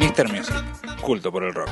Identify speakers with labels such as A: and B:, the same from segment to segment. A: After Music, culto por el rock.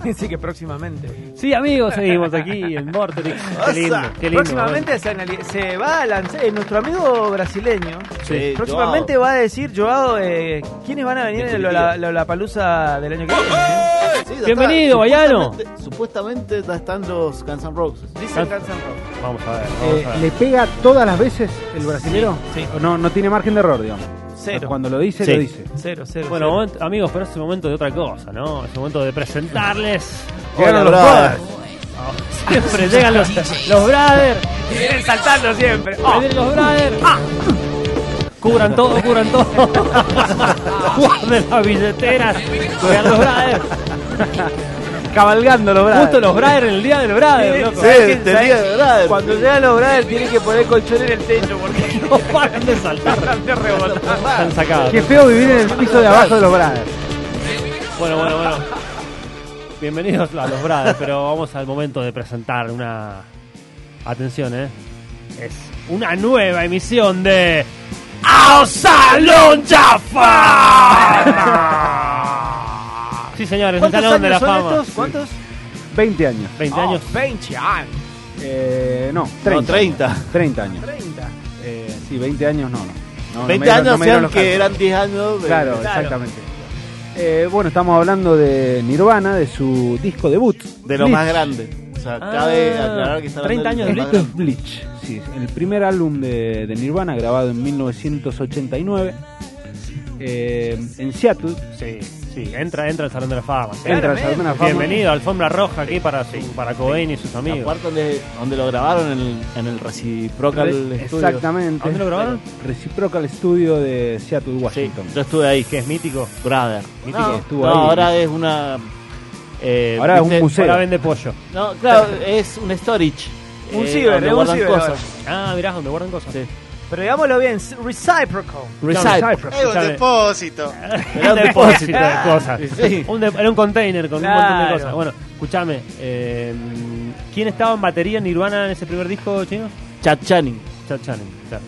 B: Así que próximamente.
C: Sí, amigos, seguimos aquí en Vortex. Qué lindo,
B: Osa.
C: qué lindo. ¿eh?
B: próximamente se, anali- se va a lanzar. eh, nuestro amigo brasileño. eh,
D: Sí,
B: próximamente va a decir, Joao, eh, quiénes van a venir en la, palusa del año que viene. eh?
D: Sí, ya
C: Bienvenido,
D: está.
C: Bayano.
D: Supuestamente- Supuestamente ya están los Guns N' Roses.
B: Dicen Guns N' Roses.
C: Bueno, Vamos a ver. Vamos
E: Eh,
C: a ver.
E: ¿Le pega todas las veces el brasilero?
B: Sí, sí.
E: O No, no tiene margen de error, digamos.
B: Cero.
E: Cuando lo dice,
C: Sí.
E: lo dice.
B: Cero, cero.
C: Bueno,
B: cero.
C: moment- amigos, pero es el momento de otra cosa, ¿no? Es el momento de presentarles.
E: Llegaron los
D: brothers.
E: brothers.
C: Siempre llegan los, los brothers.
B: Vienen saltando siempre.
C: Ahí vienen los brothers. ¡Ah! Cubran todo, cubran todo. Guarden las billeteras. Llegan los brothers.
B: Cabalgando los brazos.
C: Justo los brothers en el día del brother, loco.
D: Sí, tenía de verdad.
B: Cuando llegan los brazos tienen que poner colchón en el techo porque
C: No paran de saltar.
B: están de rebotar.
C: Están sacados.
E: Qué feo vivir en el piso de abajo de los brothers.
C: Bueno, bueno, bueno. Bienvenidos a los Brothers, pero vamos al momento de presentar una. Atención, eh. Es una nueva emisión de. ¡Al Salón de la Fama! Sí, señores, el
B: ¿Cuántos
C: Salón de la
B: años son
C: Fama.
B: estos? ¿Cuántos?
E: 20 años.
C: 20 años.
B: Oh, 20 años.
E: Eh, no, 30.
D: No, 30.
E: 30 años.
B: 30.
E: Eh, sí, 20 años no, no. No, no
D: 20
E: me dieron- no
D: años
E: me dieron
D: sean
E: los
D: que
E: cálculos.
D: eran 10 años. de-
E: Claro,
B: Claro.
E: exactamente. Eh, bueno, estamos hablando de Nirvana, de su disco debut.
D: De lo
E: Bleach.
D: más grande. O sea, cabe
E: Ah,
D: aclarar que están
C: 30
D: hablando
C: años
D: de
E: El
D: lo
E: disco
D: más
E: es Bleach, sí, el primer álbum de, de Nirvana grabado en 1989 eh, en Seattle.
C: Sí, sí, entra, entra al Salón de la Fama. sí.
E: Entra
B: Claramente.
E: Salman Afamo.
C: Bienvenido, alfombra roja aquí para, su- para Cobain y sus
D: grande. La
C: amigos.
D: parte donde, donde lo grabaron en el, en el Reciprocal
E: Re-
D: Studio.
E: Exactamente.
C: ¿A dónde lo grabaron?
E: Reciprocal Studio de Seattle,
D: Sí,
E: Washington.
D: yo estuve ahí.
C: Que es mítico.
D: Brother.
C: Mítico.
D: No,
E: estuvo
D: no,
E: ahí.
D: ahora es una. eh,
E: Ahora es un
D: ¿viste?
E: museo.
C: Ahora vende pollo.
D: No, claro, es un storage.
B: Un
D: eh,
B: ciber,
D: donde
B: es un
D: guardan
B: ciber
D: cosas.
C: Ah, mirá, donde guardan cosas.
D: Sí.
B: Pero digámoslo bien, reciprocal.
D: Recycle.
F: Es un
C: Escuchame.
F: depósito.
D: Era un depósito.
C: depósito de cosas.
D: Sí.
C: Un de- era un container con un montón de
B: Claro.
C: cosas. Bueno, escúchame. eh, ¿Quién estaba en batería en Nirvana en ese primer disco, chino?
D: Chad Channing.
C: Chad Channing. claro.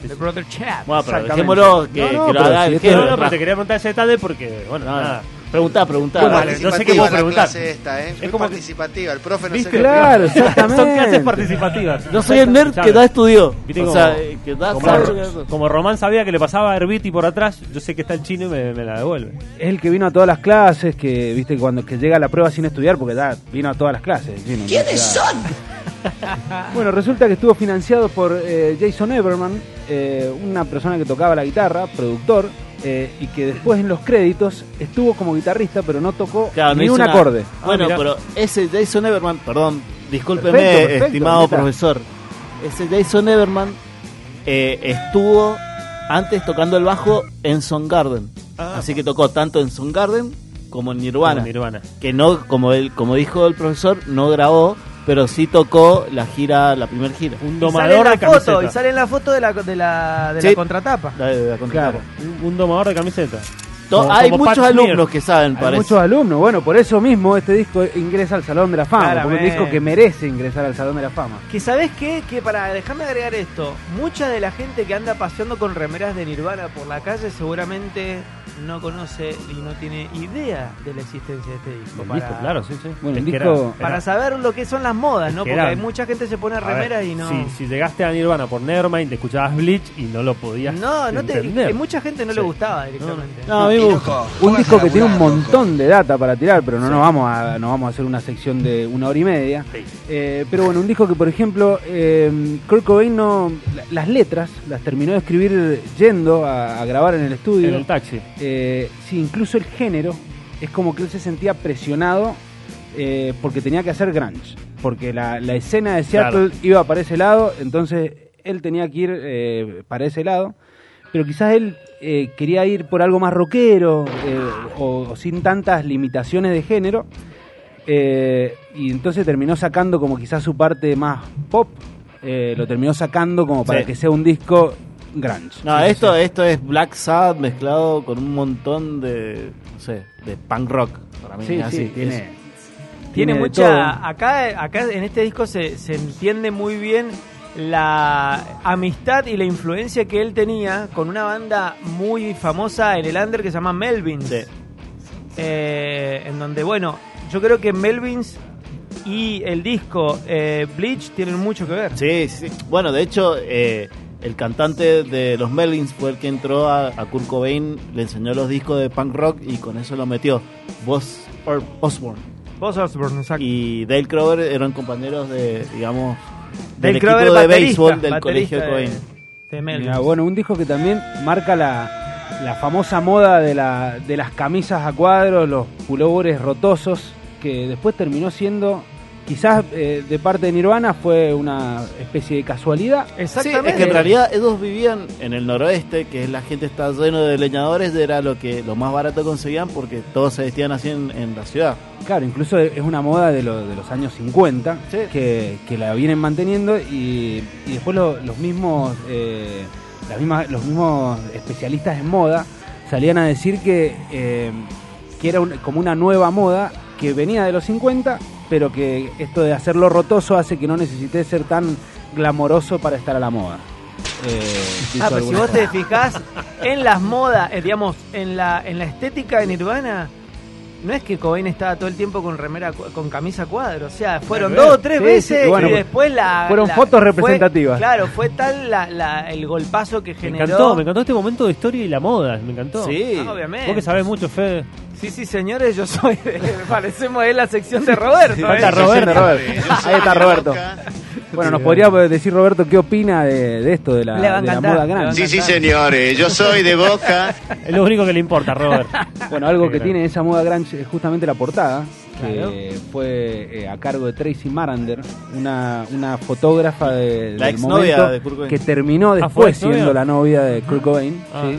C: Sí,
B: The
C: sí.
B: brother chat.
D: Bueno, pero
C: Exactamente.
D: dejémoslo que,
E: No, no,
D: que lo
E: pero
D: haga
E: si
D: el
E: esto
D: jefe.
C: No, no,
E: Ra-
C: pero te quería preguntar ese detalle porque, bueno,
D: Nada.
E: Ah.
C: nada.
D: Preguntá, preguntá.
C: Bueno,
D: Vale.
C: no sé qué puedo
F: Participativa la
C: preguntar.
F: clase esta, ¿eh? Muy
C: Es como que-
F: participativa, el profe no
C: ¿Viste?
F: se
E: Claro,
C: Son
E: exactamente.
C: clases participativas.
D: Yo soy el nerd que da estudió.
C: Viste
D: o
C: como-
D: sea, eh, que da
C: Como,
D: sabe lo que hace.
C: como Román sabía que le pasaba a Herbiti por atrás, yo sé que está el chino y me, me la devuelve.
E: Es el que vino a todas las clases, que viste cuando que llega a la prueba sin estudiar, porque ya vino a todas las clases. ¿Quiénes son? bueno, resulta que estuvo financiado por eh, Jason Everman, eh, una persona que tocaba la guitarra, productor, eh, y que después en los créditos estuvo como guitarrista, pero no tocó
D: Claro, no
E: ni
D: hizo
E: un
D: nada.
E: acorde.
D: Bueno,
C: Ah, mirá.
D: pero ese Jason Everman, perdón, discúlpeme,
E: Perfecto, perfecto,
D: estimado
E: mirá.
D: profesor. Ese Jason Everman eh, estuvo antes tocando el bajo en Soundgarden.
C: Ah.
D: Así que tocó tanto en Soundgarden como en Nirvana.
C: Como Nirvana.
D: Que no, como él, como dijo el profesor, no grabó, pero sí tocó la gira, la primera gira.
C: Un
B: Y sale en
C: domador
B: la
C: de
B: foto, y
C: camiseta.
B: sale en la foto de la, de la, de la
D: Sí.
B: contratapa.
D: La- la- la-
E: Claro.
C: Un- Un domador de camiseta.
D: To-
C: Como-
D: hay
C: como
D: muchos
C: Pat Smear.
D: alumnos que saben,
E: Hay
D: parece.
E: muchos alumnos, bueno, por eso mismo este disco ingresa al Salón de la Fama, porque es un
B: Claramente.
E: disco que merece ingresar al Salón de la Fama.
B: Que sabes qué, que para dejarme agregar esto, mucha de la gente que anda paseando con remeras de Nirvana por la calle seguramente no conoce y no tiene idea de la existencia de este disco.
C: Del disco, claro, sí, sí.
E: Bueno,
C: Es
E: el
C: que
E: disco-
C: era-
B: para saber lo que son las modas, ¿no?
C: Es que
B: Porque
C: era-
B: hay mucha gente se pone
C: A ver,
B: remeras y no.
C: Si, si llegaste a Nirvana por Nevermind, te escuchabas Bleach y no lo podías.
B: no, no te,
C: entender.
B: que mucha gente no le
C: Sí.
B: gustaba directamente.
D: No, a mí me gusta.
E: Un disco que tiene un montón de data para tirar, pero no nos vamos a no vamos a hacer una sección de una hora y media.
C: Sí.
E: Eh, pero bueno, un disco que por ejemplo eh, Kurt Cobain no, la- las letras las terminó de escribir yendo a, a grabar en el estudio.
C: En el taxi.
E: Eh, sí, incluso el género es como que él se sentía presionado eh, porque tenía que hacer grunge, porque la, la escena de Seattle iba para ese lado, entonces él tenía que ir eh, para ese lado, pero quizás él eh, quería ir por algo más rockero eh, o, o sin tantas limitaciones de género. eh, y entonces terminó sacando como quizás su parte más pop, eh, lo terminó sacando como para
D: Sí.
E: que sea un disco grunge.
D: No,
E: Sí,
D: esto, esto es Black Sabbath mezclado con un montón de, no sé, de punk rock. Para mí
E: Sí,
D: es así.
E: sí, tiene,
B: Tiene
E: de
B: mucha.
E: todo.
B: Acá, acá en este disco se, se entiende muy bien la amistad y la influencia que él tenía con una banda muy famosa en el under que se llama Melvins.
D: Sí.
B: Eh, en donde, bueno, yo creo que Melvins y el disco eh, Bleach tienen mucho que ver.
D: Sí, sí. Bueno, de hecho, eh, el cantante de los Melvins fue el que entró a, a Kurt Cobain, le enseñó los discos de punk rock y con eso lo metió. Buzz Or- Osborne
B: Vos Osborne, exacto.
D: y Dale Crover eran compañeros de, digamos, del
B: Dale
D: equipo
B: Crover,
D: de
B: baterista,
D: béisbol del
B: baterista
D: colegio
B: de-
D: Cobain.
B: de Melvins.
E: Mirá, bueno, un disco que también marca la, la famosa moda de, la- de las camisas a cuadros, los pulóveres rotosos, que después terminó siendo, quizás eh, de parte de Nirvana, fue una especie de casualidad.
D: Sí,
B: Exactamente.
D: es que en realidad ellos vivían en el noroeste, que es la gente está lleno de leñadores, era lo que lo más barato conseguían porque todos se vestían así en, en la ciudad.
E: Claro, incluso es una moda de, lo- de los años 50
D: Sí.
E: que, que la vienen manteniendo y, y después lo- los mismos eh, las mismas, los mismos especialistas en moda salían a decir que, eh, que era un- como una nueva moda que venía de los 50 pero que esto de hacerlo rotoso hace que no necesites ser tan glamoroso para estar a la moda. Eh,
B: Ah,
E: hizo
B: pero si
E: alguna-
B: vos te fijás en las modas, eh, digamos, en la, en la estética de Nirvana, no es que Cobain estaba todo el tiempo con remera cu- con camisa cuadro, o sea, fueron
E: Claro,
B: dos o tres
E: sí,
B: veces
E: sí, bueno,
B: y después la
E: fueron
B: la-
E: fotos
B: fue-
E: representativas.
B: claro, fue tal la, la- el golpazo que
C: Me
B: generó.
C: encantó, me encantó este momento de historia y la moda, me encantó.
D: Sí.
B: Ah, obviamente.
C: Vos que sabés mucho, Fede.
B: Sí, sí, señores, yo soy de- parecemos de la sección de Roberto. ¿eh?
C: falta Roberto.
E: Roberto. Ahí está Roberto. Bueno, nos podría decir Roberto qué opina de, de esto, de la,
B: Le va a
E: de la
B: encantar,
E: moda
B: le va a
E: grande.
F: Sí, sí, señores, yo soy de Boca.
C: Es lo único que le importa, Robert.
E: Bueno, algo que
C: Claro.
E: tiene esa moda grunge es justamente la portada, que
C: Claro.
E: fue eh, a cargo de Tracy Marander, una, una fotógrafa de,
D: La
E: del
D: exnovia
E: momento
D: de Kurt Cobain. Ah,
E: que terminó
C: ¿fue
E: después
C: exnovia?
E: siendo la novia de Kurt Cobain.
C: Ah.
E: sí.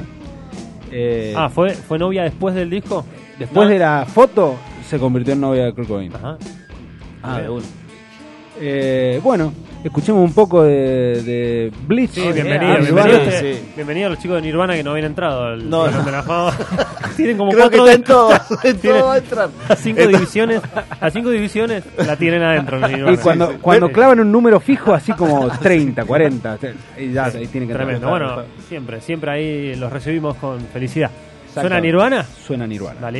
E: Eh,
C: Ah, ¿fue, ¿fue novia después del disco?
E: después
D: no.
E: de la foto se convirtió en novia de Kurt Cobain.
C: Ajá.
D: Ah, de uno.
E: Eh, bueno, escuchemos un poco de, de Bleach.
C: Sí,
E: Ah,
C: bienvenido,
E: Nirvana.
C: bienvenido,
D: sí,
C: este-
D: sí.
C: bienvenido a los chicos de Nirvana que no habían entrado al
D: No,
C: Salón de la Fama. Tienen como
D: Creo que
C: cuatro
D: está
C: de-
D: en todo, en
C: Tiene-
D: todo va a entrar.
C: a cinco divisiones, a cinco divisiones la tienen adentro los
E: Y
C: Nirvana.
E: cuando,
C: Sí, sí.
E: cuando clavan un número fijo, así como 30, 40, y ya ahí tiene que
C: Tremendo.
E: entrar.
C: Bueno, siempre, siempre ahí los recibimos con felicidad. ¿Suena
E: Exactamente.
C: Nirvana?
E: Suena Nirvana.
C: Dale.